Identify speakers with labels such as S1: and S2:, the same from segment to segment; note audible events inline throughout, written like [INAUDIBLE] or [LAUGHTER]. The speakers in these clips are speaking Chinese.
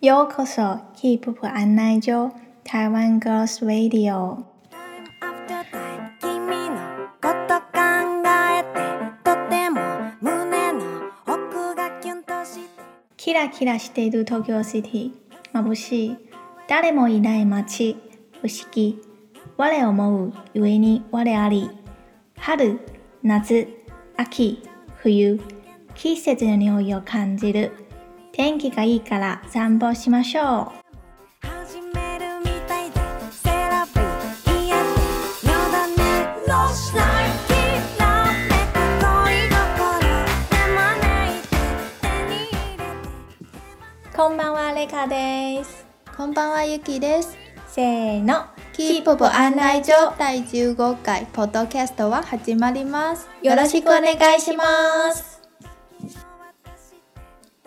S1: ようこそ K-POP 案内所台湾 Girls Radio
S2: 君のこと考えてとても胸の奥がキュンとして
S1: キラキラしている東京シティ眩しい誰もいない街不思議我思うゆえに我あり春夏秋冬季節の匂いを感じる天気がいいから散歩しましょう
S2: 始めるみたいでセラピー癒やしよだねロシライきらめく恋心招いて手に入れて
S1: こんばんはレカです
S3: こんばんは、ゆきです。
S1: せーの
S3: キーポポ案内所第15回、ポッドキャストは始まります。
S1: よろしくお願いします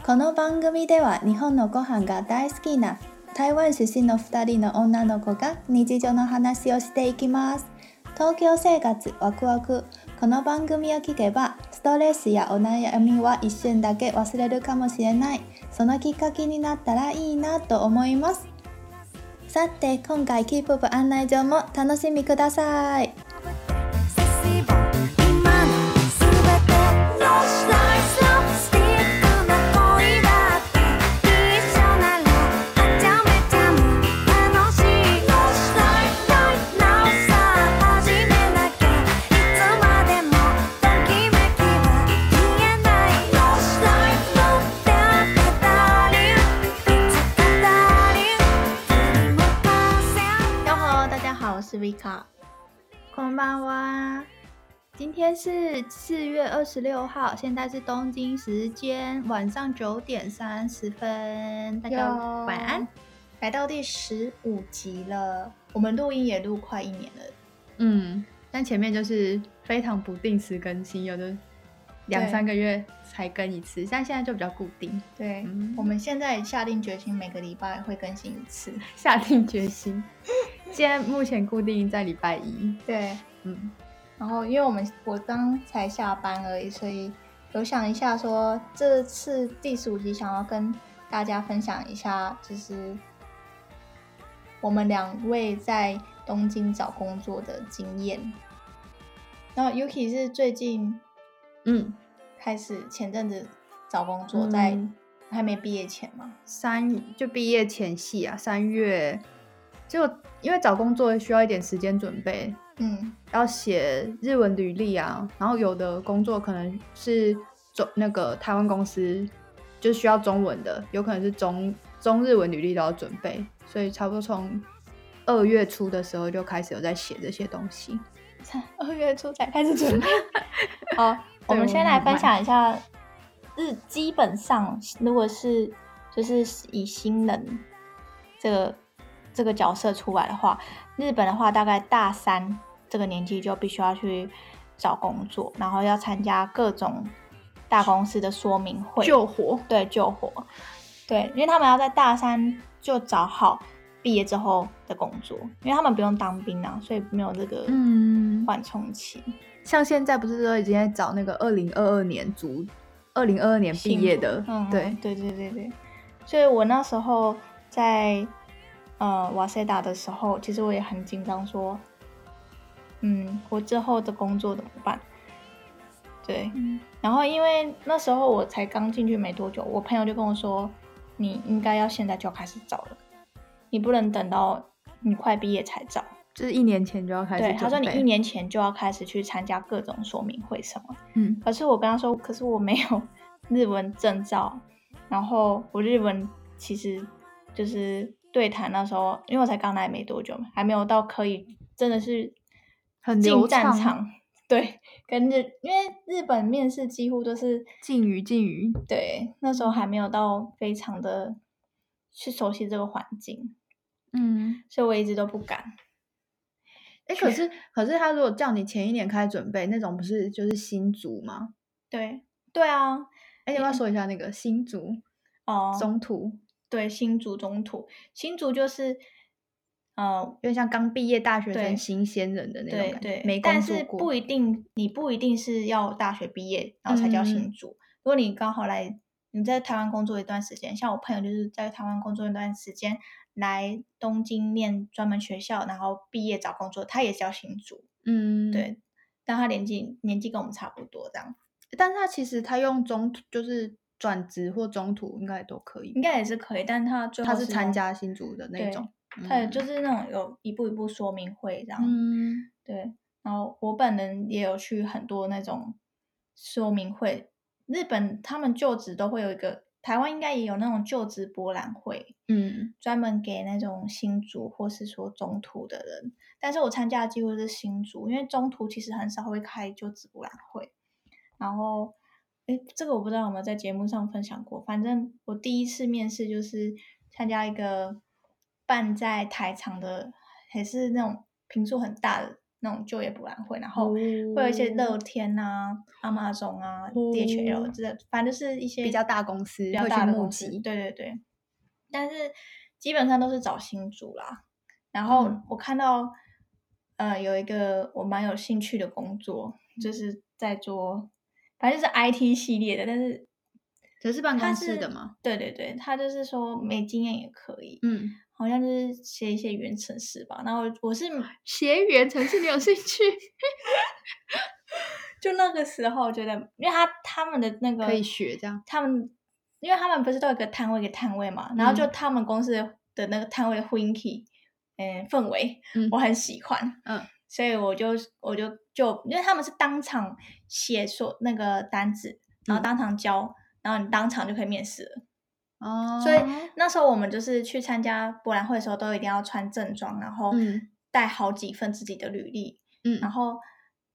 S3: この番組では、日本のご飯が大好きな台湾出身の2人の女の子が日常の話をしていきます。東京生活ワクワク。この番組を聞けば、ストレスやお悩みは一瞬だけ忘れるかもしれない。そのきっかけになったらいいなと思います。さて、今回キーポップ案内所も楽しみください。
S2: セシボ今のすべてロシライスラブスティックな恋だって一緒ならはちゃめちゃも楽しいロシライスライフナウさあ始めなきゃいつまでもときめきは消えないロシライスラブって語りいつ語り振り向かせ
S1: 哟吼大家好我是 Vika
S3: こんばんは。今天是四月二十六号，现在是东京时间晚上九点三十分。大家
S1: 哟
S3: 晚安。，
S1: 来到第十五集了，我们录音也录快一年了，
S3: 嗯，但前面就是非常不定时更新，有的两
S1: 对
S3: 三个月才更一次，但现在就比较固定。
S1: 对，
S3: 嗯
S1: 我们现在下定决心每个礼拜会更新一次，
S3: 下定决心， [LAUGHS] 现在目前固定在礼拜一。
S1: 对，
S3: 嗯，
S1: 然后因为我们我刚才下班而已，所以有想一下说这次第十五集想要跟大家分享一下，就是我们两位在东京找工作的经验。然后 Yuki 是最近
S3: 嗯，
S1: 开始前阵子找工作，在
S3: 嗯
S1: 还没毕业前嘛，
S3: 三就毕业前夕啊，三月就因为找工作需要一点时间准备，
S1: 嗯，
S3: 要写日文履历啊，然后有的工作可能是中那个台湾公司就需要中文的，有可能是中中日文履历都要准备，所以差不多从二月初的时候就开始有在写这些东西。
S1: [LAUGHS] 二月初才开始准 [LAUGHS] 备。好，我
S3: 对
S1: 们先
S3: 我们
S1: 来
S3: 很
S1: 分
S3: 慢
S1: 享一下日，基本上如果是就是以新人这个这个角色出来的话，日本的话大概大三这个年纪就必须要去找工作，然后要参加各种大公司的说明会，
S3: 救火，
S1: 对救火，对，因为他们要在大三就找好毕业之后的工作，因为他们不用当兵啊，所以没有这个
S3: 嗯，
S1: 缓冲期。
S3: 像现在不是说已经在找那个二零二二年卒，二零二二年毕
S1: 幸
S3: 业
S1: 福
S3: 的，
S1: 嗯，
S3: 对，
S1: 对对对对。所以我那时候在呃瓦塞达的时候，其实我也很紧张，说，嗯，我之后的工作怎么办？对，
S3: 嗯
S1: 然后因为那时候我才刚进去没多久，我朋友就跟我说，你应该要现在就要开始找了，你不能等到你快毕业才找。
S3: 就是一年前就要开始
S1: 对，
S3: 准备。
S1: 他说你一，年前就要开始去参加各种说明会什么。
S3: 嗯，
S1: 可是我跟他说，可是我没有日文证照，然后我日文其实就是对谈那时候，因为我才刚来没多久嘛，还没有到可以真的是
S3: 很
S1: 进
S3: 流
S1: 战
S3: 畅
S1: 场， [LAUGHS] 对，跟日因为日本面试几乎都是
S3: 禁语禁语，
S1: 对那时候还没有到非常的去熟悉这个环境，
S3: 嗯，
S1: 所以我一直都不敢。
S3: 哎、可是可是他如果叫你前一年开始准备，那种不是就是新竹吗？
S1: 对，对啊，
S3: 哎、你要不要说一下那个新竹
S1: 哦、
S3: 中途，
S1: 对新竹中土，新竹就是呃
S3: 有点像刚毕业大学
S1: 对
S3: 生新鲜人的那种
S1: 对
S3: 感觉，
S1: 对，
S3: 没工
S1: 但
S3: 作
S1: 是
S3: 过，
S1: 不一定，你不一定是要大学毕业然后才叫
S3: 嗯
S1: 新竹。如果你刚好来你在台湾工作一段时间，像我朋友就是在台湾工作一段时间，来东京念专门学校，然后毕业找工作，他也是要新竹，
S3: 嗯，
S1: 对，但他年纪年纪跟我们差不多，这样
S3: 但是他其实他用中途就是转职或中途应该都可以
S1: 应，该也是可以，但他最后
S3: 他是参
S1: 用，
S3: 加新组的那
S1: 对
S3: 种，嗯
S1: 他也就是那种有一步一步说明会这样，
S3: 嗯
S1: 对，然后我本人也有去很多那种说明会，日本他们就职都会有一个，台湾应该也有那种就职博览会，
S3: 嗯
S1: 专门给那种新竹或是说中途的人。但是我参加的几乎是新竹，因为中途其实很少会开就职博览会。然后，诶，这个我不知道有没有在节目上分享过。反正我第一次面试就是参加一个办在台场的，还是那种平数很大的那种就业博览会，然后会有一
S3: 哦
S1: 些乐天啊、阿玛总啊、DHL 之类的，反正就是一些
S3: 比较大公司
S1: 比较
S3: 会
S1: 大
S3: 去
S1: 的
S3: 募
S1: 公司
S3: 集
S1: 对对对，但是基本上都是找新主啦。然后
S3: 嗯
S1: 我看到，呃，有一个我蛮有兴趣的工作，
S3: 嗯
S1: 就是在做，反正就是 IT 系列的，但是
S3: 可是办
S1: 它
S3: 公
S1: 是
S3: 室的嘛，
S1: 对对对，他就是说没经验也可以，
S3: 嗯，
S1: 好像就是写一些原程式吧。然后我是
S3: 学员城市你有兴趣
S1: 就那个时候觉得，因为他他们的那个
S3: 可以学这样，
S1: 他们，因为他们不是都有一个摊位一个摊位嘛，然后就
S3: 嗯
S1: 他们公司的的那个摊位的婚庆，嗯、氛围、
S3: 嗯
S1: 我很喜欢，
S3: 嗯，
S1: 所以我就我就就因为他们是当场写说那个单子，然后
S3: 嗯
S1: 当场交，然后你当场就可以面试了。
S3: 哦，
S1: 所以那时候我们就是去参加博览会的时候，都一定要穿正装，然后
S3: 嗯
S1: 带好几份自己的履历，
S3: 嗯
S1: 然后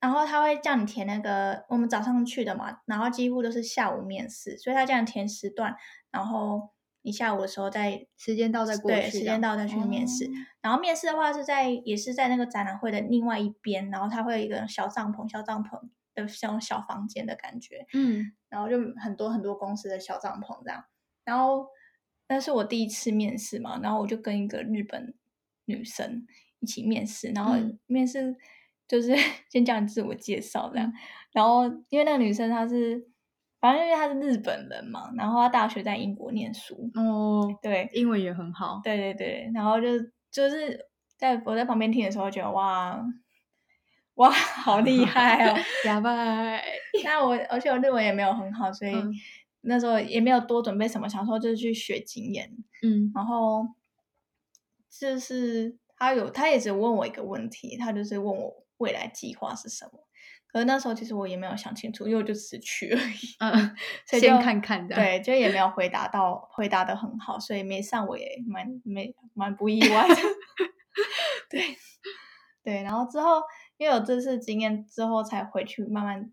S1: 然后他会叫你填那个我们早上去的嘛，然后几乎都是下午面试，所以他叫你填时段，然后你下午的时候再
S3: 时间到再过
S1: 对
S3: 去
S1: 时
S3: 这
S1: 间
S3: 样哦
S1: 到再去面试。然后面试的话是在也是在那个展览会的另外一边，然后它会有一个小帐篷，小帐篷的像小房间的感觉，
S3: 嗯
S1: 然后就很多很多公司的小帐篷这样。然后那是我第一次面试嘛，然后我就跟一个日本女生一起面试，然后
S3: 嗯
S1: 面试就是 [LAUGHS] 先讲自我介绍这样，然后因为那个女生她是，反正因为她是日本人嘛，然后她大学在英国念书，
S3: 哦，
S1: 对
S3: 英文也很好，
S1: 对对对，然后就就是在我在旁边听的时候觉得哇。哇，好厉害哦！
S3: 哑巴，
S1: 那我而且我日文也没有很好，所以
S3: 嗯
S1: 那时候也没有多准备什么，想说就是去学经验。
S3: 嗯
S1: 然后就是他有他也只问我一个问题，他就是问我未来计划是什么。可是那时候其实我也没有想清楚，因为我就只是去而已，
S3: 嗯，
S1: 所以
S3: 先
S1: 就
S3: 看看这样，
S1: 对，就也没有回答到，回答的很好，所以没上我也蛮没蛮不意外的。 [LAUGHS] 对对，然后之后因为有这次经验之后，才回去慢慢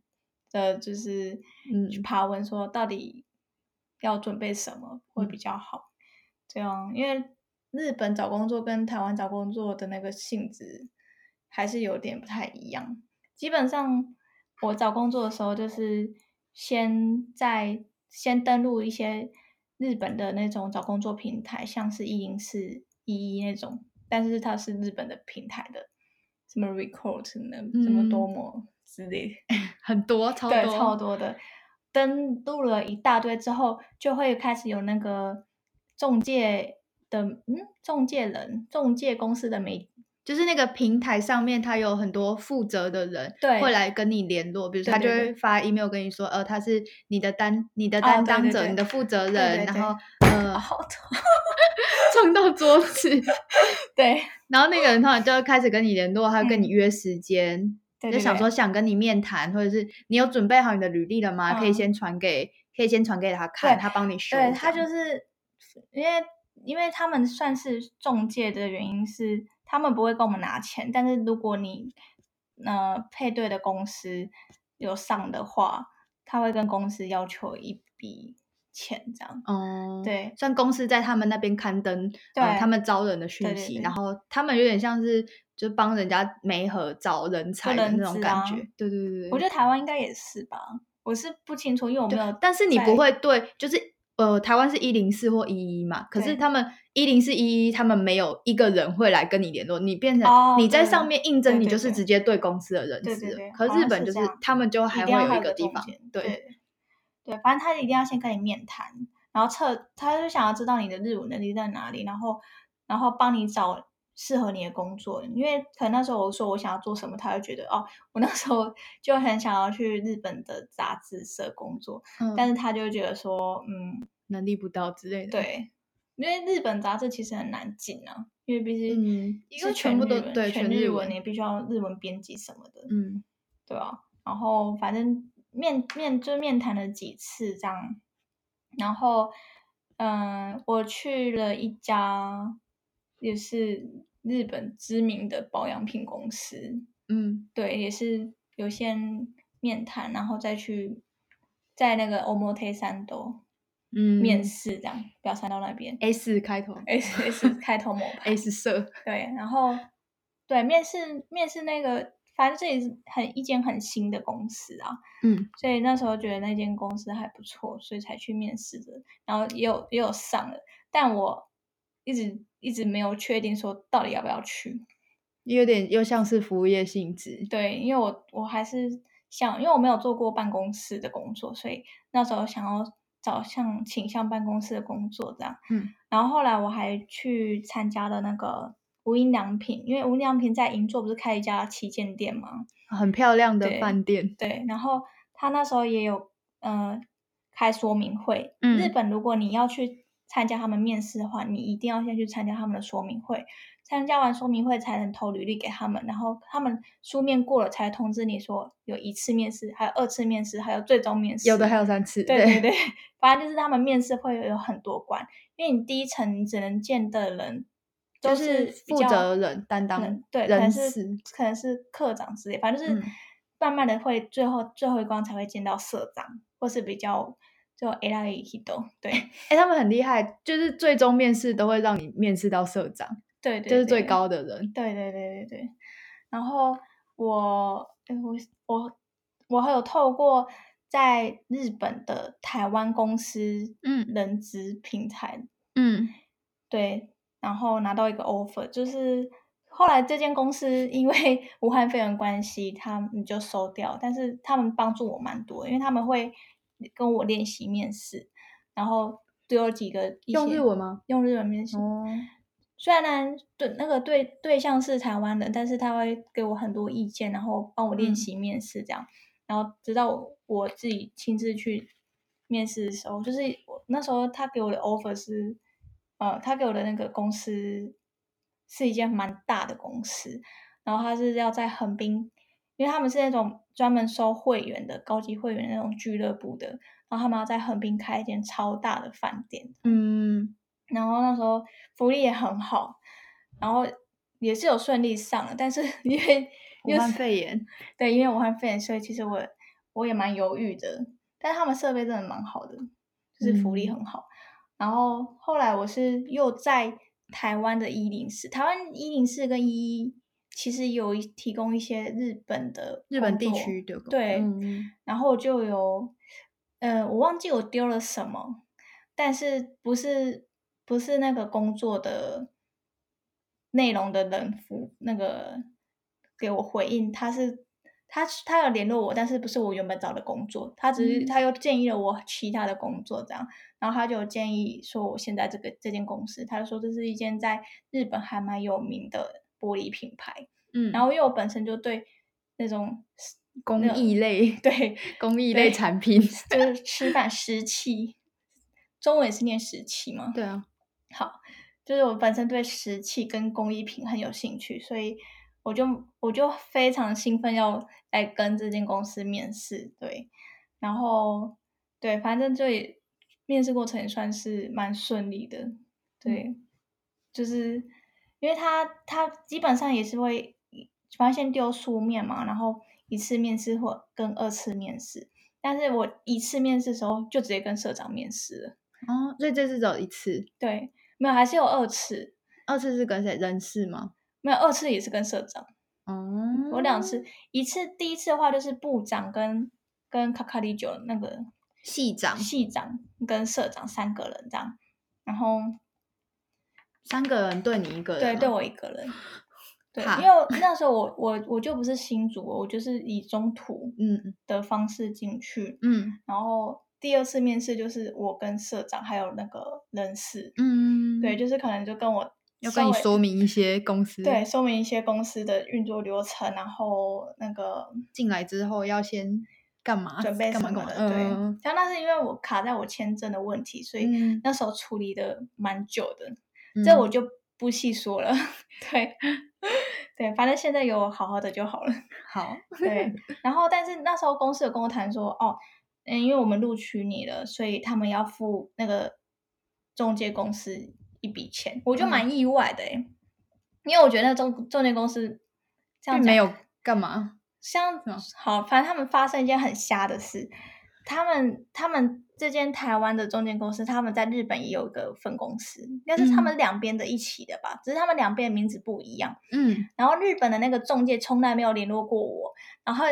S1: 的就是
S3: 嗯
S1: 去爬文，说到底要准备什么会
S3: 嗯
S1: 比较好。这样，因为日本找工作跟台湾找工作的那个性质还是有点不太一样。基本上我找工作的时候，就是先在先登录一些日本的那种找工作平台，像是一零四、一一那种，但是它是日本的平台的，什么 Recruit 呢，什么
S3: 嗯
S1: 多么之类的，
S3: 很多超
S1: 对，
S3: 多
S1: 超多的。登录了一大堆之后，就会开始有那个中介的，嗯，中介人、中介公司的媒
S3: 就是那个平台上面，它有很多负责的人，
S1: 对
S3: 会来跟你联络，比如
S1: 对
S3: 他就
S1: 对
S3: 会发 email 跟你说，呃，他是你的担你的
S1: 哦
S3: 担
S1: 对
S3: 当
S1: 对
S3: 者，
S1: 对
S3: 你的负责人，
S1: 对对对
S3: 然后呃，
S1: 好
S3: 撞到桌子，
S1: [LAUGHS] 对，
S3: [LAUGHS] 然后那个人通常就会开始跟你联络，还有跟你约时间，
S1: 对
S3: 就
S1: 对
S3: 想
S1: 对
S3: 说想跟你面谈，或者是你有准备好你的履历了吗？可以
S1: 嗯
S3: 先传给，可以先传给他看，
S1: 对
S3: 他帮你修这
S1: 对
S3: 样。
S1: 他就是因为因为他们算是中介的原因是他们不会跟我们拿钱，但是如果你呃配对的公司有上的话，他会跟公司要求一笔钱这样。
S3: 哦，
S1: 对
S3: 算公司在他们那边刊登，呃
S1: 对
S3: 他们招人的讯息，
S1: 对对对
S3: 然后他们有点像是就帮人家媒合找人才的
S1: 人
S3: 那种
S1: 资
S3: 感
S1: 啊
S3: 觉，对对对对，
S1: 我觉得台湾应该也是吧，我是不清楚，因为我没有
S3: 对，但是你
S1: 在
S3: 不会对，就是呃，台湾是一零四或一一嘛，可是
S1: 对
S3: 他们一零四一一，他们没有一个人会来跟你联络，你变成、
S1: 哦
S3: 你在
S1: 对
S3: 上面应征，
S1: 对
S3: 你
S1: 对
S3: 就是
S1: 对
S3: 直接对公司的人
S1: 对
S3: 资
S1: 对
S3: 了
S1: 对
S3: 可
S1: 好
S3: 日
S1: 像
S3: 本
S1: 是
S3: 就
S1: 这
S3: 是
S1: 样
S3: 他们就
S1: 一
S3: 还
S1: 定
S3: 会
S1: 要
S3: 有
S1: 有
S3: 一个地
S1: 中
S3: 方
S1: 间，
S3: 对
S1: 对对，反正他一定要先跟你面谈，然后测，他就想要知道你的日文能力在哪里，然后然后帮你找适合你的工作。因为可能那时候我说我想要做什么，他就觉得哦，我那时候 [LAUGHS] 就很想要去日本的杂志社工作，
S3: 嗯
S1: 但是他就觉得说，嗯，
S3: 能力不到之类的。，
S1: 对，因为日本杂志其实很难进啊，因为毕竟
S3: 嗯，
S1: 是
S3: 是全部都
S1: 日文
S3: 对
S1: 全
S3: 日
S1: 日文，你必须要日文编辑什么的，
S3: 嗯，
S1: 对啊，然后反正面面就面谈了几次这样，然后嗯、呃我去了一家也是日本知名的保养品公司，
S3: 嗯
S1: 对，也是有先面谈，然后再去在那个 Omote 三都
S3: 嗯，
S1: 面试哎这样，表参道那边
S3: S 开头
S1: S S 开头某牌
S3: S
S1: [LAUGHS]
S3: 社，
S1: 对，然后对面试面试那个，反正这也是很一间很新的公司啊，
S3: 嗯
S1: 所以那时候觉得那间公司还不错，所以才去面试的，然后也有也有上了，但我一直一直没有确定说到底要不要去，
S3: 有点又像是服务业性质，
S1: 对，因为我我还是想，因为我没有做过办公室的工作，所以那时候想要找像倾向办公室的工作这样。
S3: 嗯，
S1: 然后后来我还去参加了那个无印良品，因为无印良品在银座不是开一家旗舰店吗？
S3: 很漂亮的
S1: 对
S3: 饭店，
S1: 对，然后他那时候也有呃开说明会。
S3: 嗯
S1: 日本如果你要去参加他们面试的话，你一定要先去参加他们的说明会，参加完说明会才能投履历给他们，然后他们书面过了才通知你说有一次面试，还有二次面试，还有最终面试。
S3: 有的还有三次，
S1: 对对对，反正就是他们面试会有很多关，因为你第一层只能见的人都
S3: 就是
S1: 比
S3: 负
S1: 较
S3: 责人担当
S1: 可能对，可
S3: 人
S1: 能是
S3: 事，
S1: 可能是科长之类，反正就是
S3: 嗯
S1: 慢慢的会最后最后一关才会见到社长，或是比较就 A 拉 E 对
S3: [LAUGHS] 哎、他们很厉害，就是最终面试都会让你面试到社长，
S1: 对对，
S3: 就是最
S1: 对
S3: 高的人。
S1: 对对对对对。然后我诶我我我还有透过在日本的台湾公司
S3: 嗯
S1: 人资平台，
S3: 嗯，
S1: 对，然后拿到一个 offer，就是后来这间公司因为 [LAUGHS] 武汉肺炎关系，他们就收掉，但是他们帮助我蛮多，因为他们会跟我练习面试，然后都有几个一
S3: 用
S1: 些
S3: 日文吗？
S1: 用日文面试，
S3: 哦，
S1: 虽然对那个对对象是台湾人，但是他会给我很多意见，然后帮我练
S3: 嗯
S1: 习面试这样，然后直到我我自己亲自去面试的时候，就是我那时候他给我的 offer 是，呃，他给我的那个公司是一间蛮大的公司，然后他是要在横滨，因为他们是那种专门收会员的高级会员的那种俱乐部的，然后他们要在横滨开一间超大的饭店，
S3: 嗯，
S1: 然后那时候福利也很好，然后也是有顺利上了，但是 [LAUGHS] 因为
S3: 武汉肺炎，
S1: 对，因为武汉肺炎，所以其实我我也蛮犹豫的。但他们设备真的蛮好的，就是福利
S3: 嗯
S1: 很好。然后后来我是又在台湾的一零四，台湾一零四跟一一其实有一提供一些日本的
S3: 日本地
S1: 工作
S3: 区的工
S1: 对
S3: 嗯
S1: 然后我就有，呃，我忘记我丢了什么，但是不是不是那个工作的内容的人服那个给我回应，他是他他有联络我，但是不是我原本找的工作，他只是、
S3: 嗯
S1: 他又建议了我其他的工作这样，然后他就有建议说我现在这个这间公司，他就说这是一间在日本还蛮有名的玻璃品牌，
S3: 嗯，
S1: 然后因为我本身就对那种。 [LAUGHS]
S3: 工
S1: 那个
S3: 艺类，
S1: 对，
S3: 工艺
S1: 对
S3: 类产 [LAUGHS] 品，
S1: 就是吃饭湿气，中文也是念湿气吗？
S3: 对啊，
S1: 好，就是我本身对石器跟工艺品很有兴趣，所以我就我就非常兴奋要来跟这间公司面试，对，然后对，反正就也面试过程也算是蛮顺利的，对，就是因为他他基本上也是会反正先丢书面嘛，然后一次面试或跟二次面试。但是我一次面试的时候就直接跟社长面试了，
S3: 哦，所以这次只有一次，
S1: 对，没有还是有二次，
S3: 二次是跟谁？人事吗？
S1: 没有，二次也是跟社长，
S3: 哦，
S1: 我两次，一次第一次的话就是部长跟跟卡卡里九那个
S3: 系长，
S1: 系长跟社长三个人这样，然后
S3: 三个人对你一个人
S1: 对
S3: 吗，
S1: 对我一个人，对，
S3: 哈
S1: 因为我那时候我我我就不是新竹，我就是以中途
S3: 嗯
S1: 的方式进去，
S3: 嗯
S1: 然后第二次面试就是我跟社长还有那个人事，
S3: 嗯，
S1: 对，就是可能就跟我
S3: 要
S1: 稍
S3: 跟你
S1: 微
S3: 说明一些公司
S1: 对，说明一些公司的运作流程，然后那个
S3: 进来之后要先干嘛，
S1: 准备
S3: 啊
S1: 什
S3: 干嘛
S1: 么
S3: 干嘛，
S1: 的，对。
S3: 嗯，
S1: 但那是因为我卡在我签证的问题，所以
S3: 嗯
S1: 那时候处理的蛮久的，
S3: 嗯
S1: 这我就不细说了。 [LAUGHS] 对，对，反正现在有我好好的就好了。
S3: 好， [LAUGHS]
S1: 对，然后但是那时候公司有跟我谈说，哦，嗯，因为我们录取你了，所以他们要付那个中介公司一笔钱，我就
S3: 嗯
S1: 蛮意外的诶、欸因为我觉得那个中中介公司这样
S3: 并没
S1: 讲
S3: 有干嘛，
S1: 像
S3: 是吗
S1: 好，反正他们发生一件很瞎的事，他们他们这间台湾的中介公司，他们在日本也有一个分公司，应该是他们两边的一起的吧，只是他们两边的名字不一样。
S3: 嗯
S1: 然后日本的那个中介从来没有联络过我，然后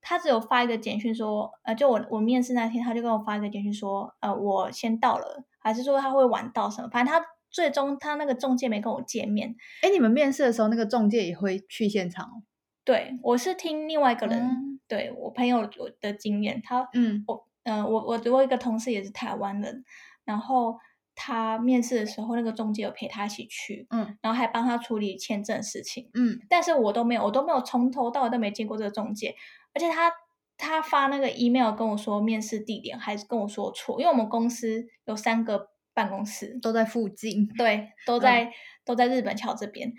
S1: 他只有发一个简讯说，呃，就我我面试那天他就跟我发一个简讯说，呃，我先到了，还是说他会晚到什么，反正他最终他那个中介没跟我见面。
S3: 哎，你们面试的时候，那个中介也会去现场哦，
S1: 对我是听另外一个人，
S3: 嗯
S1: 对我朋友的经验，他
S3: 嗯
S1: 我呃，我我我有一个同事也是台湾人，然后他面试的时候，那个中介有陪他一起去，
S3: 嗯，
S1: 然后还帮他处理签证事情，
S3: 嗯，
S1: 但是我都没有，我都没有从头到尾都没见过这个中介，而且他他发那个 email 跟我说面试地点，还是跟我说错，因为我们公司有三个办公室，
S3: 都在附近，
S1: 对，都
S3: 嗯
S1: 在、都在日本桥这边。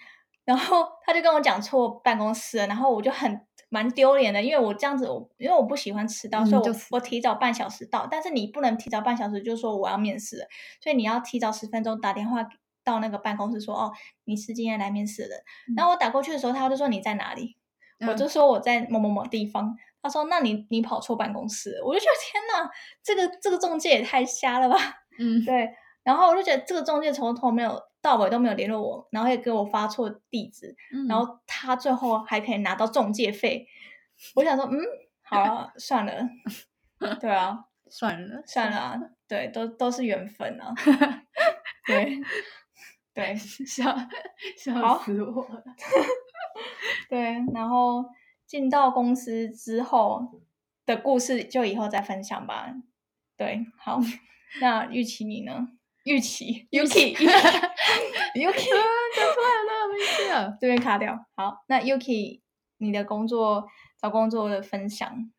S1: 然后他就跟我讲错办公室了，然后我就很蛮丢脸的，因为我这样子，我因为我不喜欢迟到，
S3: 嗯
S1: 所以
S3: 就
S1: 我
S3: 是
S1: 我提早半小时到。但是你不能提早半小时就说我要面试了，所以你要提早十分钟打电话到那个办公室说哦，你是今天来面试的。然后我打过去的时候，他就说你在哪里？我
S3: 嗯
S1: 就说我在某某某地方。他说那你你跑错办公室了，我就觉得天哪，这个这个中介也太瞎了吧。
S3: 嗯
S1: 对，然后我就觉得这个中介从头没有到尾都没有联络我，然后也给我发错地址，
S3: 嗯
S1: 然后他最后还可以拿到中介费，我想说，嗯，好了，算了，对啊，
S3: 算了，
S1: 算了啊，对，都都是缘分啊，对，对
S3: 笑笑
S1: 好
S3: 死我了，
S1: 对，然后进到公司之后的故事就以后再分享吧，对，好，那玉琪你呢？玉琪，Yuki，Yuki。
S3: 啊讲出来了，没事啊了。
S1: 这边卡掉。好，那 Yuki，你的工作找工作的分享，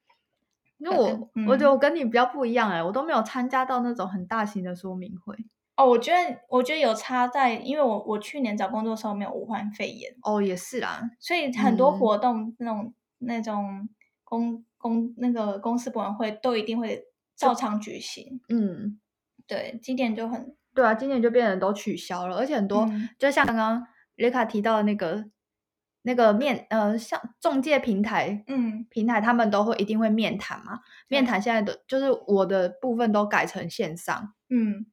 S3: 因为我
S1: 反正
S3: 我觉
S1: [LAUGHS]
S3: 得
S1: 嗯
S3: 我跟你比较不一样哎、我都没有参加到那种很大型的说明会。
S1: 哦，我觉得我觉得有差在，因为我我去年找工作的时候没有武汉肺炎，
S3: 哦，也是啦，
S1: 所以很多
S3: 嗯
S1: 活动、那种那种公公那个公司博览会都一定会照常举行。
S3: 嗯，
S1: 对，今年就很
S3: 对啊，今年就变得都取消了，而且很多、
S1: 嗯
S3: 就像刚刚雷卡提到的那个那个面呃，像中介平台
S1: 嗯
S3: 平台，他们都会一定会面谈嘛，面
S1: 对
S3: 谈现在的就是我的部分都改成线上，
S1: 嗯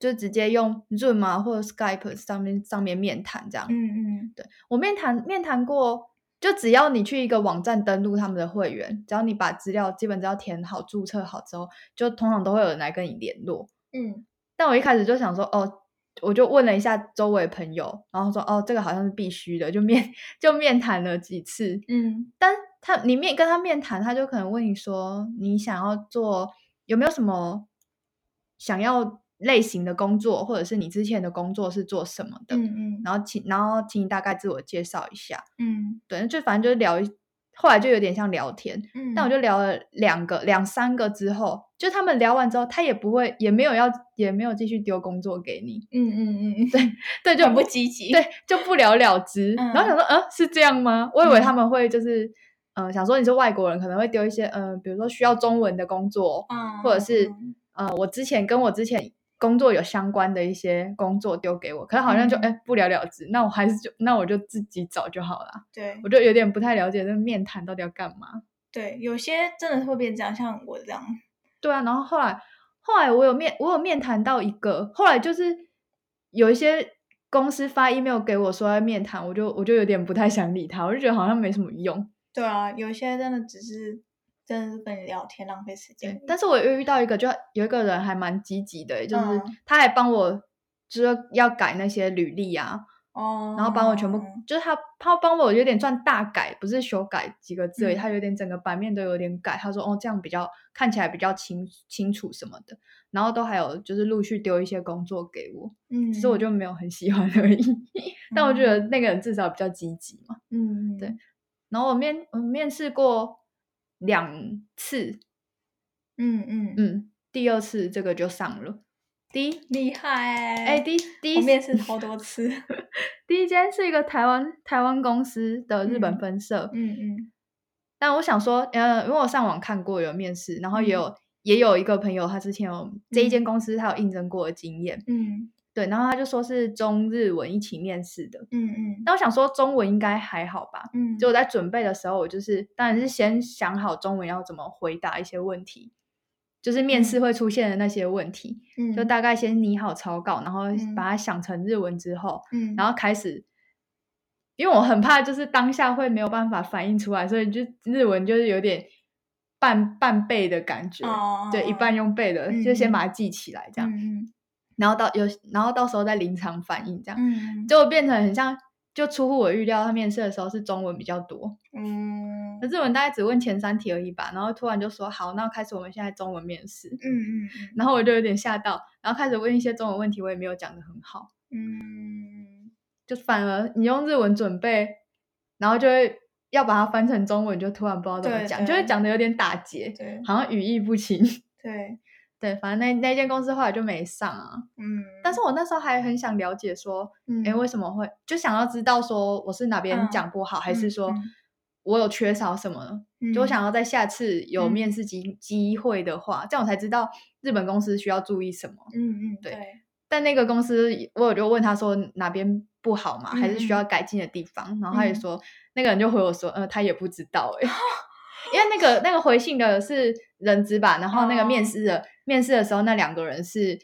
S3: 就直接用 Zoom 啊或者 Skype 上面上面面谈这样。
S1: 嗯嗯，
S3: 我面谈面谈过，就只要你去一个网站登录他们的会员，只要你把资料基本资料填好、注册好之后，就通常都会有人来跟你联络。
S1: 嗯，
S3: 但我一开始就想说，哦，我就问了一下周围朋友，然后说，哦，这个好像是必须的，就面 [LAUGHS] 就面谈了几次。
S1: 嗯
S3: 但他你面跟他面谈，他就可能问你说，你想要做有没有什么想要类型的工作，或者是你之前的工作是做什么的？
S1: 嗯嗯
S3: 然后请然后请你大概自我介绍一下。
S1: 嗯
S3: 对，就反正就是聊一，后来就有点像聊天，
S1: 嗯，
S3: 但我就聊了两个两三个之后，就他们聊完之后，他也不会，也没有要，也没有继续丢工作给你，
S1: 嗯嗯嗯，
S3: 对对，就
S1: 很不积极，
S3: 对，就不了了之。然后
S1: 嗯
S3: 想说，嗯，是这样吗？我以为他
S1: 嗯
S3: 们会就是，嗯、想说你是外国人，可能会丢一些，嗯、比如说需要中文的工作，
S1: 嗯，
S3: 或者是
S1: 嗯
S3: 呃，我之前跟我之前工作有相关的一些工作丢给我，可是好像就
S1: 嗯
S3: 哎、不了了之。那我还是就那我就自己找就好了。
S1: 对
S3: 我就有点不太了解那面谈到底要干嘛。
S1: 对，有些真的会变这样，像我这样，
S3: 对啊，然后后来后来我有面我有面谈到一个，后来就是有一些公司发 email 给我说要面谈，我就我就有点不太想理他，我就觉得好像没什么用。
S1: 对啊，有些真的只是真的是跟你聊天浪费时间。
S3: 但是我又遇到一个，就有一个人还蛮积极的，就是
S1: 嗯
S3: 他还帮我。就是要改那些履历啊，
S1: 哦，
S3: 然后帮我全部，就是他他帮我有点算大改，不是修改几个字而已，
S1: 嗯
S3: 他有点整个版面都有点改。他说哦，这样比较看起来比较清清楚什么的，然后都还有就是陆续丢一些工作给我，
S1: 嗯，
S3: 只是我就没有很喜欢而已。 [LAUGHS] 但我觉得那个人至少比较积极嘛。
S1: 嗯，嗯，
S3: 对然后我面我面试过两次，
S1: 嗯嗯嗯，
S3: 嗯，第二次这个就上了。第一，
S1: 厉害
S3: 哎、
S1: 哎，
S3: 第第一
S1: 我面试超多次，
S3: [LAUGHS] 第一间是一个台湾台湾公司的日本
S1: 嗯
S3: 分社，
S1: 嗯嗯
S3: 但我想说，呃，因为我上网看过有面试，然后
S1: 嗯
S3: 也有、也有一个朋友，他之前有这一间公司，他有应征过的经验，
S1: 嗯
S3: 对，然后他就说是中日文一起面试的。
S1: 嗯嗯
S3: 但我想说中文应该还好吧，
S1: 嗯，
S3: 就我在准备的时候，我就是当然是先想好中文要怎么回答一些问题，就是面试会出现的那些问题，就
S1: 嗯，
S3: 大概先拟好草稿，然后
S1: 嗯
S3: 把它想成日文之后，
S1: 嗯，
S3: 然后开始，因为我很怕就是当下会没有办法反应出来，所以就日文就是有点半半背的感觉，
S1: 哦
S3: 对，一半用背的，
S1: 嗯
S3: 就先
S1: 嗯
S3: 把它记起来这样，
S1: 嗯
S3: 然后到有然后到时候再临场反应这样，
S1: 嗯
S3: 就变成很像。就出乎我预料，他面试的时候是中文比较多，
S1: 嗯
S3: 那日文大概只问前三题而已吧。然后突然就说好，那开始我们现在中文面试。
S1: 嗯嗯
S3: 然后我就有点吓到，然后开始问一些中文问题，我也没有讲的很好。
S1: 嗯
S3: 就反而你用日文准备，然后就会要把它翻成中文，就突然不知道怎么
S1: 对
S3: 讲，
S1: 对
S3: 就会讲的有点打
S1: 嗯，
S3: 结，
S1: 对
S3: 好像语义不清。 [LAUGHS]
S1: 对，
S3: 对，反正那那间公司后来就没上啊。
S1: 嗯，
S3: 但是我那时候还很想了解说，
S1: 嗯
S3: 哎、为什么会就想要知道说我是哪边
S1: 嗯
S3: 讲不好，还是
S1: 嗯
S3: 说
S1: 嗯
S3: 我有缺少什么？就我想要在下次有
S1: 嗯
S3: 面试机机会的话，这样我才知道日本公司需要注意什么。
S1: 嗯嗯
S3: 对
S1: 对，
S3: 但那个公司，我有就问他说哪边不好嘛，还是需
S1: 嗯嗯
S3: 要改进的地方？然后他也
S1: 嗯
S3: 说，那个人就回我说，呃，他也不知道
S1: [LAUGHS]
S3: 哎、欸因为那个那个回信的是人资吧，然后那个面
S1: 哦
S3: 试的、面试的时候，那两个人是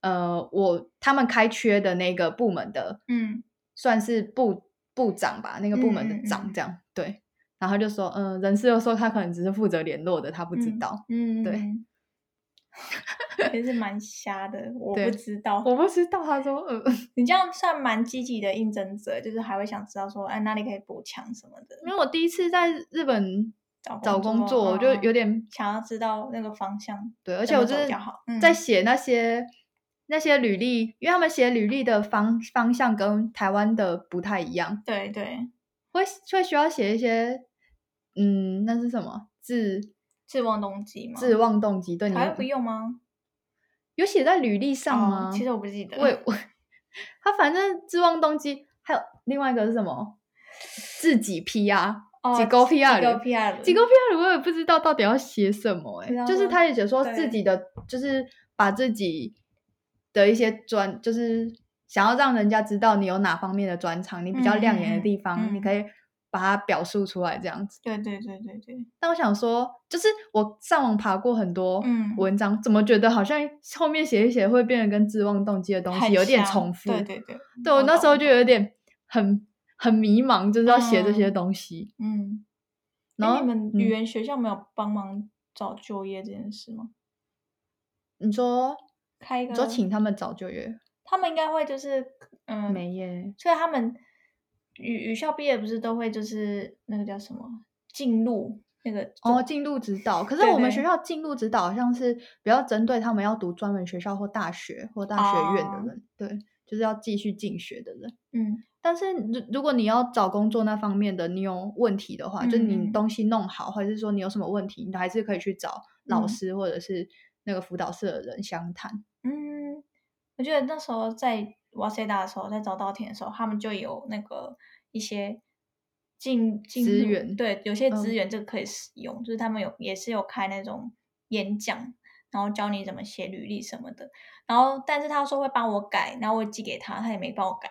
S3: 呃我他们开缺的那个部门的，
S1: 嗯
S3: 算是部部长吧，那个部门
S1: 嗯嗯
S3: 的
S1: 嗯
S3: 长
S1: 嗯
S3: 这样、对。然后他就说，嗯、人事又说他可能只是负责联络的，他不知
S1: 嗯
S3: 道，
S1: 嗯，
S3: 对
S1: 嗯， [LAUGHS] 也是蛮瞎的，我
S3: 对
S1: 不知道，
S3: 我不知道。他说，嗯、
S1: 你这样算蛮积极的应征者，就是还会想知道说，哎，哪里可以补强什么的，
S3: 因为我第一次在日本
S1: 找
S3: 找工作，我就
S1: 嗯嗯
S3: 有点
S1: 想要知道那个方向，
S3: 对，而
S1: 怎
S3: 且我
S1: 么
S3: 就
S1: 走
S3: 是
S1: 比较好嗯
S3: 在写那些、那些履历，因为他们写履历的方方向跟台湾的不太一样，
S1: 对对，
S3: 会会需要写一些，嗯，那是什么？自
S1: 志望动机嘛，
S3: 自忘动机，对你
S1: 哦台湾不用吗？
S3: 有写在履历上吗？
S1: 哦其实我不记得，
S3: 我也我 [LAUGHS] 他反正自忘动机，还有另外一个是什么？自己 PR，
S1: 哦
S3: 几勾 PR
S1: 几勾
S3: 的
S1: PR，
S3: 几个 PR 我也不知道到底要写什么哎、
S1: 不知道
S3: 就是
S1: 吗
S3: 他也写说自
S1: 对
S3: 己的就是把自己的一些专，就是想要让人家知道你有哪方面的专长，你比较亮眼的地方，
S1: 嗯嗯嗯
S3: 你可以把它表述出来这样子。
S1: 对对对对对，
S3: 但我想说，就是我上网爬过很多
S1: 嗯
S3: 文章，怎么觉得好像后面写一写会变得跟自忘动机的东西
S1: 很
S3: 有点
S1: 像
S3: 重复？
S1: 对对对，
S3: 对我那时候
S1: 懂
S3: 就有点很很迷茫，就是要写这些
S1: 嗯
S3: 东西。
S1: 嗯，
S3: 然
S1: 然
S3: 后
S1: 后你们
S3: 嗯
S1: 语言学校没有帮忙找就业这件事吗？
S3: 你说
S1: 开一
S3: 你
S1: 个，
S3: 说请他们早就业，
S1: 他们应该会就是嗯，
S3: 没耶，
S1: 所以他们语语校毕业不是都会就是那个叫什么进入那个
S3: 哦，进入指导，可是
S1: 对
S3: 我们
S1: 对
S3: 学校进入指导好像是比较针对他们要读专门学校或大学或大学院的
S1: 哦
S3: 人，对，就是要继续进学的人。
S1: 嗯
S3: 但是如如果你要找工作那方面的，你有问题的话，就是你
S1: 嗯嗯
S3: 东西弄好，或者是说你有什么问题，你还是可以去找老
S1: 嗯
S3: 师或者是那个辅导室的人详谈。 [LAUGHS]
S1: 嗯，我觉得那时候在瓦塞达的时候，在找稻田的时候，他们就有那个一些。进进
S3: 资
S1: 入
S3: 源
S1: 对，有些
S3: 嗯
S1: 资源这个可以使用，就是他们有也是有开那种演讲，然后教你怎么写履历什么的。然后，但是他说会帮我改，然后我寄给他，他也没帮我改。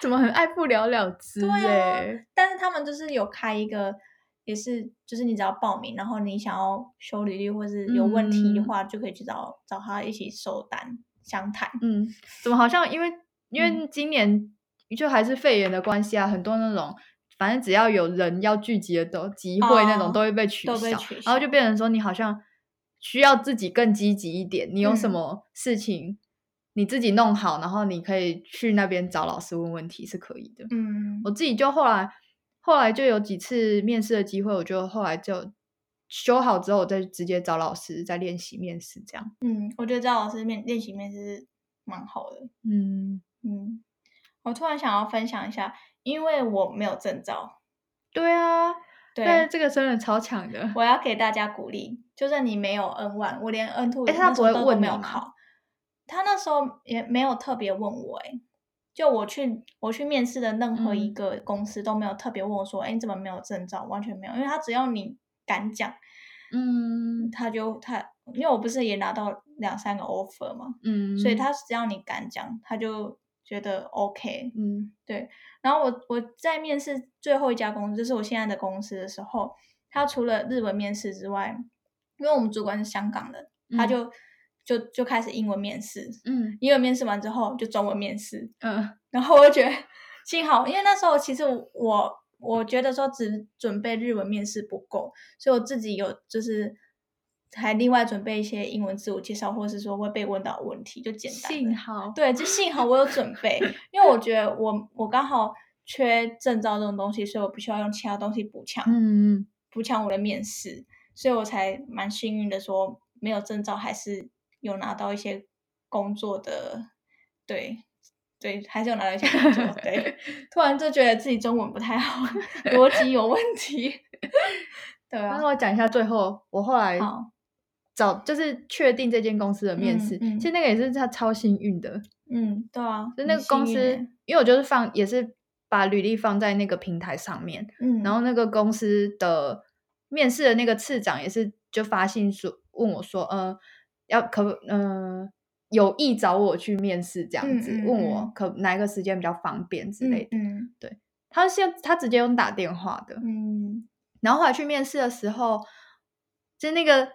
S3: 怎么很爱不了了之
S1: 对啊
S3: 哎、
S1: 但是他们就是有开一个，也是就是你只要报名，然后你想要修履历或是有问题的
S3: 嗯
S1: 话，就可以去找找他一起收单详谈。
S3: 嗯，怎么好像因为因
S1: 嗯
S3: 为今年就还是肺炎的关系啊，很多那种反正只要有人要聚集的都集会那种
S1: 哦
S3: 都会被取消，
S1: 都被取
S3: 然后就
S1: 消
S3: 变成说你好像需要自己更积极一点，你有什
S1: 嗯
S3: 么事情你自己弄好，然后你可以去那边找老师问问题是可以的。
S1: 嗯
S3: 我自己就后来后来就有几次面试的机会，我就后来就修好之后，我再直接找老师再练习面试这样。
S1: 嗯，我觉得赵老师面练习面试蛮好的。
S3: 嗯，
S1: 嗯，我突然想要分享一下，因为我没有证照，
S3: 对啊，
S1: 对，
S3: 但是这个真的超强的。
S1: 我要给大家鼓励，就算你没有 N one，我连 N two，
S3: 诶他不会问
S1: 没
S3: 你
S1: 有
S3: 吗
S1: 考，他那时候也没有特别问我、诶就我去我去面试的任何一
S3: 嗯
S1: 个公司都没有特别问我说，哎、你怎么没有证照？完全没有，因为他只要你敢讲，
S3: 嗯
S1: 他就他，因为我不是也拿到两三个 offer 嘛，
S3: 嗯，
S1: 所以他只要你敢讲，他就觉得 OK，
S3: 嗯
S1: 然后我我在面试最后一家公司，就是我现在的公司的时候，他除了日文面试之外，因为我们主管是香港人，他
S3: 嗯
S1: 就、就就开始英文面试，
S3: 嗯
S1: 英文面试完之后就中文面试，
S3: 嗯
S1: 然后我就觉得幸好，因为那时候其实我我觉得说只准备日文面试不够，所以我自己有就是。还另外准备一些英文自我介绍，或是说会被问到的问题，就简单的。
S3: 嗯幸好
S1: 对，就幸好我有准
S3: [LAUGHS]
S1: 备，因为我觉得我我刚好缺证照这种东西，所以我不需要用其他东西补强、
S3: 嗯嗯
S1: 补强我的面试，所以我才蛮幸运的说没有证照还是有拿到一些工作的，对对，还是有拿到一些工作。
S3: [LAUGHS]
S1: 对，突然就觉得自己中文不太好，逻辑有问
S3: [LAUGHS]
S1: 题。对啊
S3: 那，我讲一下最后，我后来
S1: 好
S3: 找就是确定这间公司的面
S1: 嗯
S3: 试，
S1: 嗯
S3: 其实那个也是他超幸运的，
S1: 嗯，对啊，
S3: 就那
S1: 很
S3: 个公
S1: 幸
S3: 司
S1: 运欸，
S3: 因为我就是放也是把履历放在那个平台上面，
S1: 嗯，
S3: 然后那个公司的面试的那个次长也是就发信说问我说，呃，要可不呃有意找我去面试这样
S1: 嗯
S3: 子，
S1: 嗯
S3: 问我
S1: 嗯
S3: 可哪一个时间比较方便之类的。
S1: 嗯
S3: 他现他直接用打电话的，
S1: 嗯
S3: 然后后来去面试的时候，就那个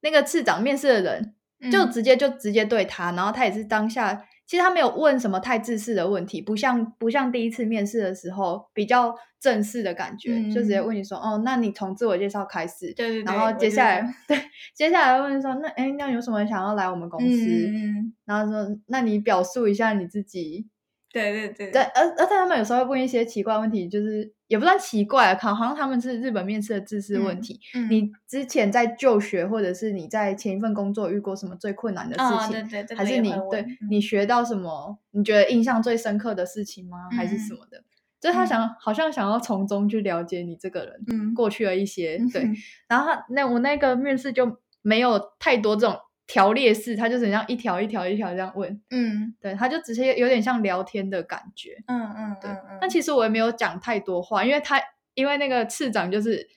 S3: 那个次长面试的人，
S1: 嗯，
S3: 就
S1: 嗯
S3: 直接就直接对他，然后他也是当下，其实他没有问什么太自私的问题，不像不像第一次面试的时候比较正式的感觉，就直接
S1: 嗯
S3: 问你说，哦，那你从自我介绍开始，
S1: 对对对，
S3: 然后
S1: 我
S3: 接
S1: 就
S3: 下
S1: 这样
S3: 来 [LAUGHS] 对接下来问说，那哎，那有什么想要来我们公司？
S1: 嗯嗯嗯
S3: 然后说，那你表述一下你自己。
S1: 对对对
S3: 对，，而而且他们有时候会问一些奇怪的问题，就是也不算奇怪，啊好像他们是日本面试的知识问
S1: 嗯
S3: 题，
S1: 嗯
S3: 你之前在就学，或者是你在前一份工作遇过什么最困难的
S1: 啊
S3: 事
S1: 对
S3: 情，
S1: 对，这
S3: 还
S1: 个
S3: 是
S1: 也
S3: 你
S1: 会
S3: 对
S1: 问嗯
S3: 你学到什么？你觉得印象最深刻的事情吗？还是什
S1: 嗯
S3: 么的？就是他
S1: 嗯
S3: 想、好像想要从中去了解你这个人
S1: 嗯
S3: 过去的一些、
S1: 嗯
S3: 对。然后他那我那个面试就没有太多这种条列式，他就是像一条一条一条这样问，
S1: [LAUGHS] 嗯
S3: 对，他就直接有点像聊天的感觉。
S1: 嗯嗯
S3: 对
S1: 嗯嗯，
S3: 但其实我也没有讲太多话，因为他因为那个次长就是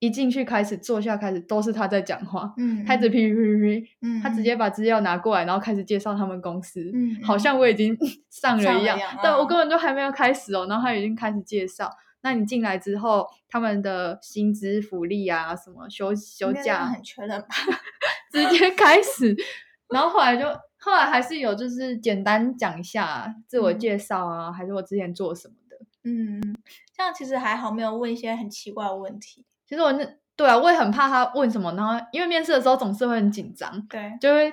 S3: 一进去开始坐下开始都是他在讲话，
S1: 嗯
S3: 开始
S1: 嗯
S3: 噼噼噼噼，
S1: 嗯
S3: 他直
S1: 嗯
S3: 接把资料拿过来，然后开始介绍他们公司，
S1: 嗯
S3: 好
S1: 嗯
S3: 像我已经 [LAUGHS] 上
S1: 上
S3: 了
S1: 了
S3: 一
S1: 一
S3: 样
S1: 样，
S3: 但我
S1: 嗯
S3: 根本就还没有开始哦，然后他已经开始介绍。那你进来之后，他们的薪资、福利啊，什么休休
S1: 应该这样
S3: 假，
S1: 很缺人吧？
S3: 直接开始，然后后来就后来还是有就是简单讲一下自我
S1: 嗯
S3: 介绍啊，还是我之前做什么的。
S1: 嗯，嗯 [LAUGHS] 这样其实还好，没有问一些很奇怪的问题。
S3: 其实我那对啊，我也很怕他问什么，然后因为面试的时候总是会很紧张，
S1: 对，
S3: 就会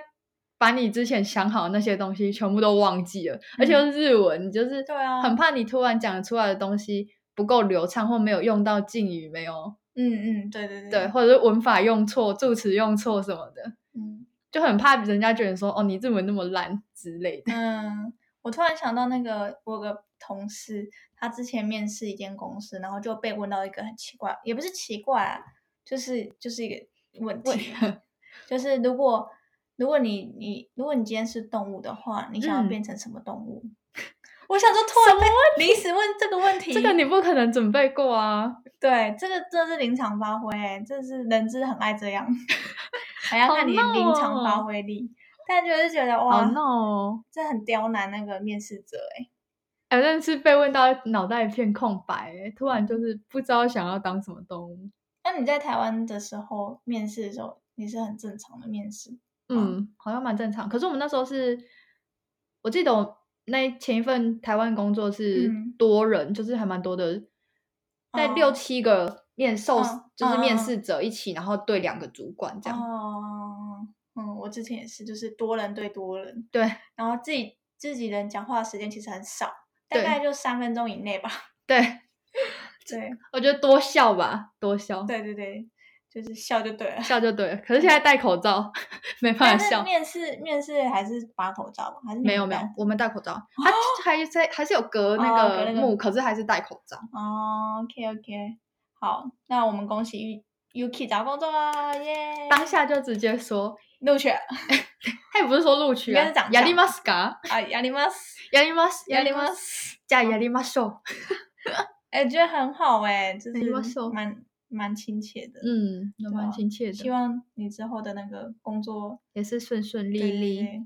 S3: 把你之前想好的那些东西全部都忘记了，而且又是日文，你就是
S1: 对啊
S3: 很怕你突然讲出来的东西不够流畅或没有用到敬语，没有
S1: 嗯嗯，对对
S3: 对，，或者是文法用错、助词用错什么的，
S1: 嗯
S3: 就很怕人家觉得说哦你日文那么烂之类的。
S1: 嗯，我突然想到那个我有个同事，他之前面试一间公司，然后就被问到一个很奇怪，也不是奇怪啊，就是就是一个问题，
S3: 啊
S1: [LAUGHS] 就是如果如果你你如果你今天是动物的话，你想要
S3: 嗯
S1: 变成什么动物？ [LAUGHS] 我想说，突然被临时问这个问题，
S3: 这个你不可能准备过啊，
S1: 对这个这是临场发挥、欸这是人质很爱这
S3: [LAUGHS]
S1: 样，很爱
S3: 好
S1: 看你
S3: 闹
S1: 临场发
S3: 哦
S1: 挥力。但就是觉得
S3: 好
S1: 哇，
S3: 闹哦！
S1: 这很刁难那个面试者哎、
S3: 哎，但是被问到脑袋一片空白，哎突然就是不知道想要当什么动物。
S1: 那你在台湾的时候面试的时候，你是很正常的面试，
S3: 嗯，好像蛮正常。可是我们那时候是，我记得我那前一份台湾工作是
S1: 嗯
S3: 多人，就是还蛮多的，在
S1: 哦
S3: 六七个面受、
S1: 嗯
S3: 就是
S1: 嗯嗯
S3: 面
S1: 嗯
S3: 试者一起，然后对两个主管这样。
S1: 哦，嗯，我之前也是，就是多人对多人，
S3: 对，
S1: 然后自己自己人讲话的时间其实很少，大
S3: 对
S1: 概就三分钟以内 [LAUGHS] 吧。
S3: 对，
S1: 对，
S3: 我觉得多笑吧，多笑，
S1: 对嗯对对，就是笑就对了。
S3: 笑就对了。可是现在戴口罩，没办
S1: 但
S3: 法
S1: 是
S3: 笑。
S1: 面试面试还是拔口罩吗？还是你
S3: 没有
S1: 们
S3: 没有
S1: 戴，
S3: 我们戴口罩，他还在还是有隔那
S1: 哦隔
S3: 个
S1: 那个
S3: 幕，可是还是戴口罩。
S1: 哦，OK OK，好，那我们恭喜 U Yuki 找工作了，耶！
S3: 当下就直接说，
S1: 录取了 [LAUGHS]
S3: 他也不是说录取
S1: 应
S3: 啊
S1: 该是长，
S3: 亚
S1: 相
S3: 历马斯卡，
S1: 啊，やります。
S3: 亚历马斯，
S1: やりま
S3: 斯，加亚历马秀。
S1: 哎、觉得很好哎、就
S3: やりますしょう
S1: 蛮蛮亲切的。
S3: 嗯，
S1: 对
S3: 蛮
S1: 啊
S3: 亲切
S1: 希
S3: 的，
S1: 望你之后的那个工作
S3: 也是顺顺
S1: 对
S3: 利
S1: 对
S3: 利。
S1: 对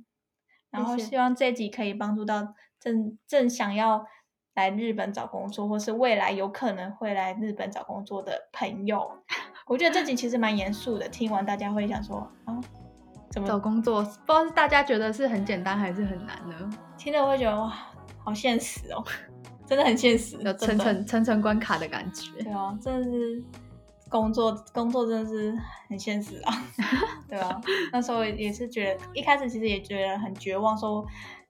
S1: 然后
S3: 谢
S1: 希望这集可以帮助到正正想要来日本找工作，或是未来有可能会来日本找工作的朋友。我觉得这集其实蛮严肃的，听完大家会想说啊，怎
S3: 找
S1: 么
S3: 工作，不知道是大家觉得是很简单还是很难呢？
S1: 听了会觉得哇，好现实哦， [LAUGHS] 真的很现实，
S3: 有层
S1: 真的
S3: 层层层关卡的感觉。
S1: 对啊，真的是工作工作真的是很现实
S3: [LAUGHS]
S1: 啊，对啊，那时候也是觉得一开始其实也觉得很绝望说，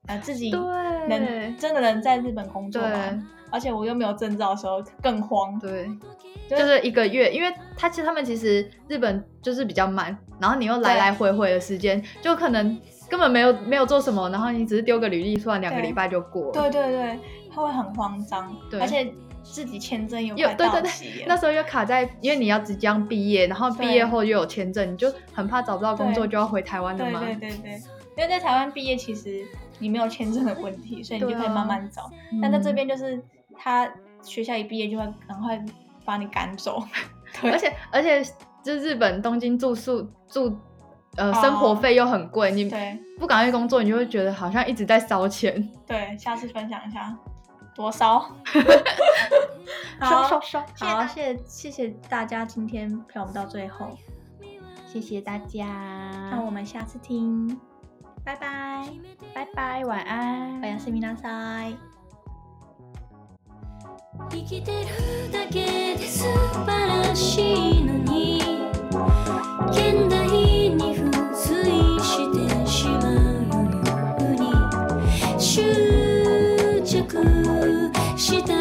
S1: 呃自己
S3: 对
S1: 能啊真的能在日本工作
S3: 对
S1: 吗？而且我又没有证照的时候更慌，
S3: 对，
S1: 就
S3: 就是一个月，因为他其实他们其实日本就是比较慢，然后你又来来回回的时间，就可能根本没有没有做什么，然后你只是丢个履历，算两个
S1: 对
S3: 礼拜就过了。
S1: 对对对，他会很慌张，
S3: 对
S1: 而且自己签证又
S3: 又
S1: 快
S3: 对
S1: 到
S3: 对对
S1: 期了
S3: 那时候又卡在，因为你要即将毕业，然后毕业后又有签证，你就很怕找不到工作
S1: 对
S3: 就要回台湾的
S1: 对
S3: 嘛。
S1: 对对对，因为在台湾毕业其实你没有签证的问题，所以你就
S3: 对
S1: 可以
S3: 啊
S1: 慢慢找。
S3: 嗯
S1: 但在这，边就是他学校一毕业就会赶快把你赶走， [LAUGHS] 对
S3: 而且而且就日本东京住宿住呃、
S1: 哦
S3: 生活费又很贵，你
S1: 对
S3: 不赶快工作，你就会觉得好像一直在烧钱，
S1: 对，下次分享一下多 [LAUGHS] 烧。
S3: 烧
S1: 好
S3: 烧，烧。
S1: 好，谢谢谢谢大家今天陪我们到最后，
S3: 谢谢大
S1: 那
S3: 家，
S1: 我们下次听，拜拜，
S3: 拜拜，晚安，
S1: 我是米娜塞。
S2: 生きてるだけで素晴らしいのに現代に付随してしまうように執着した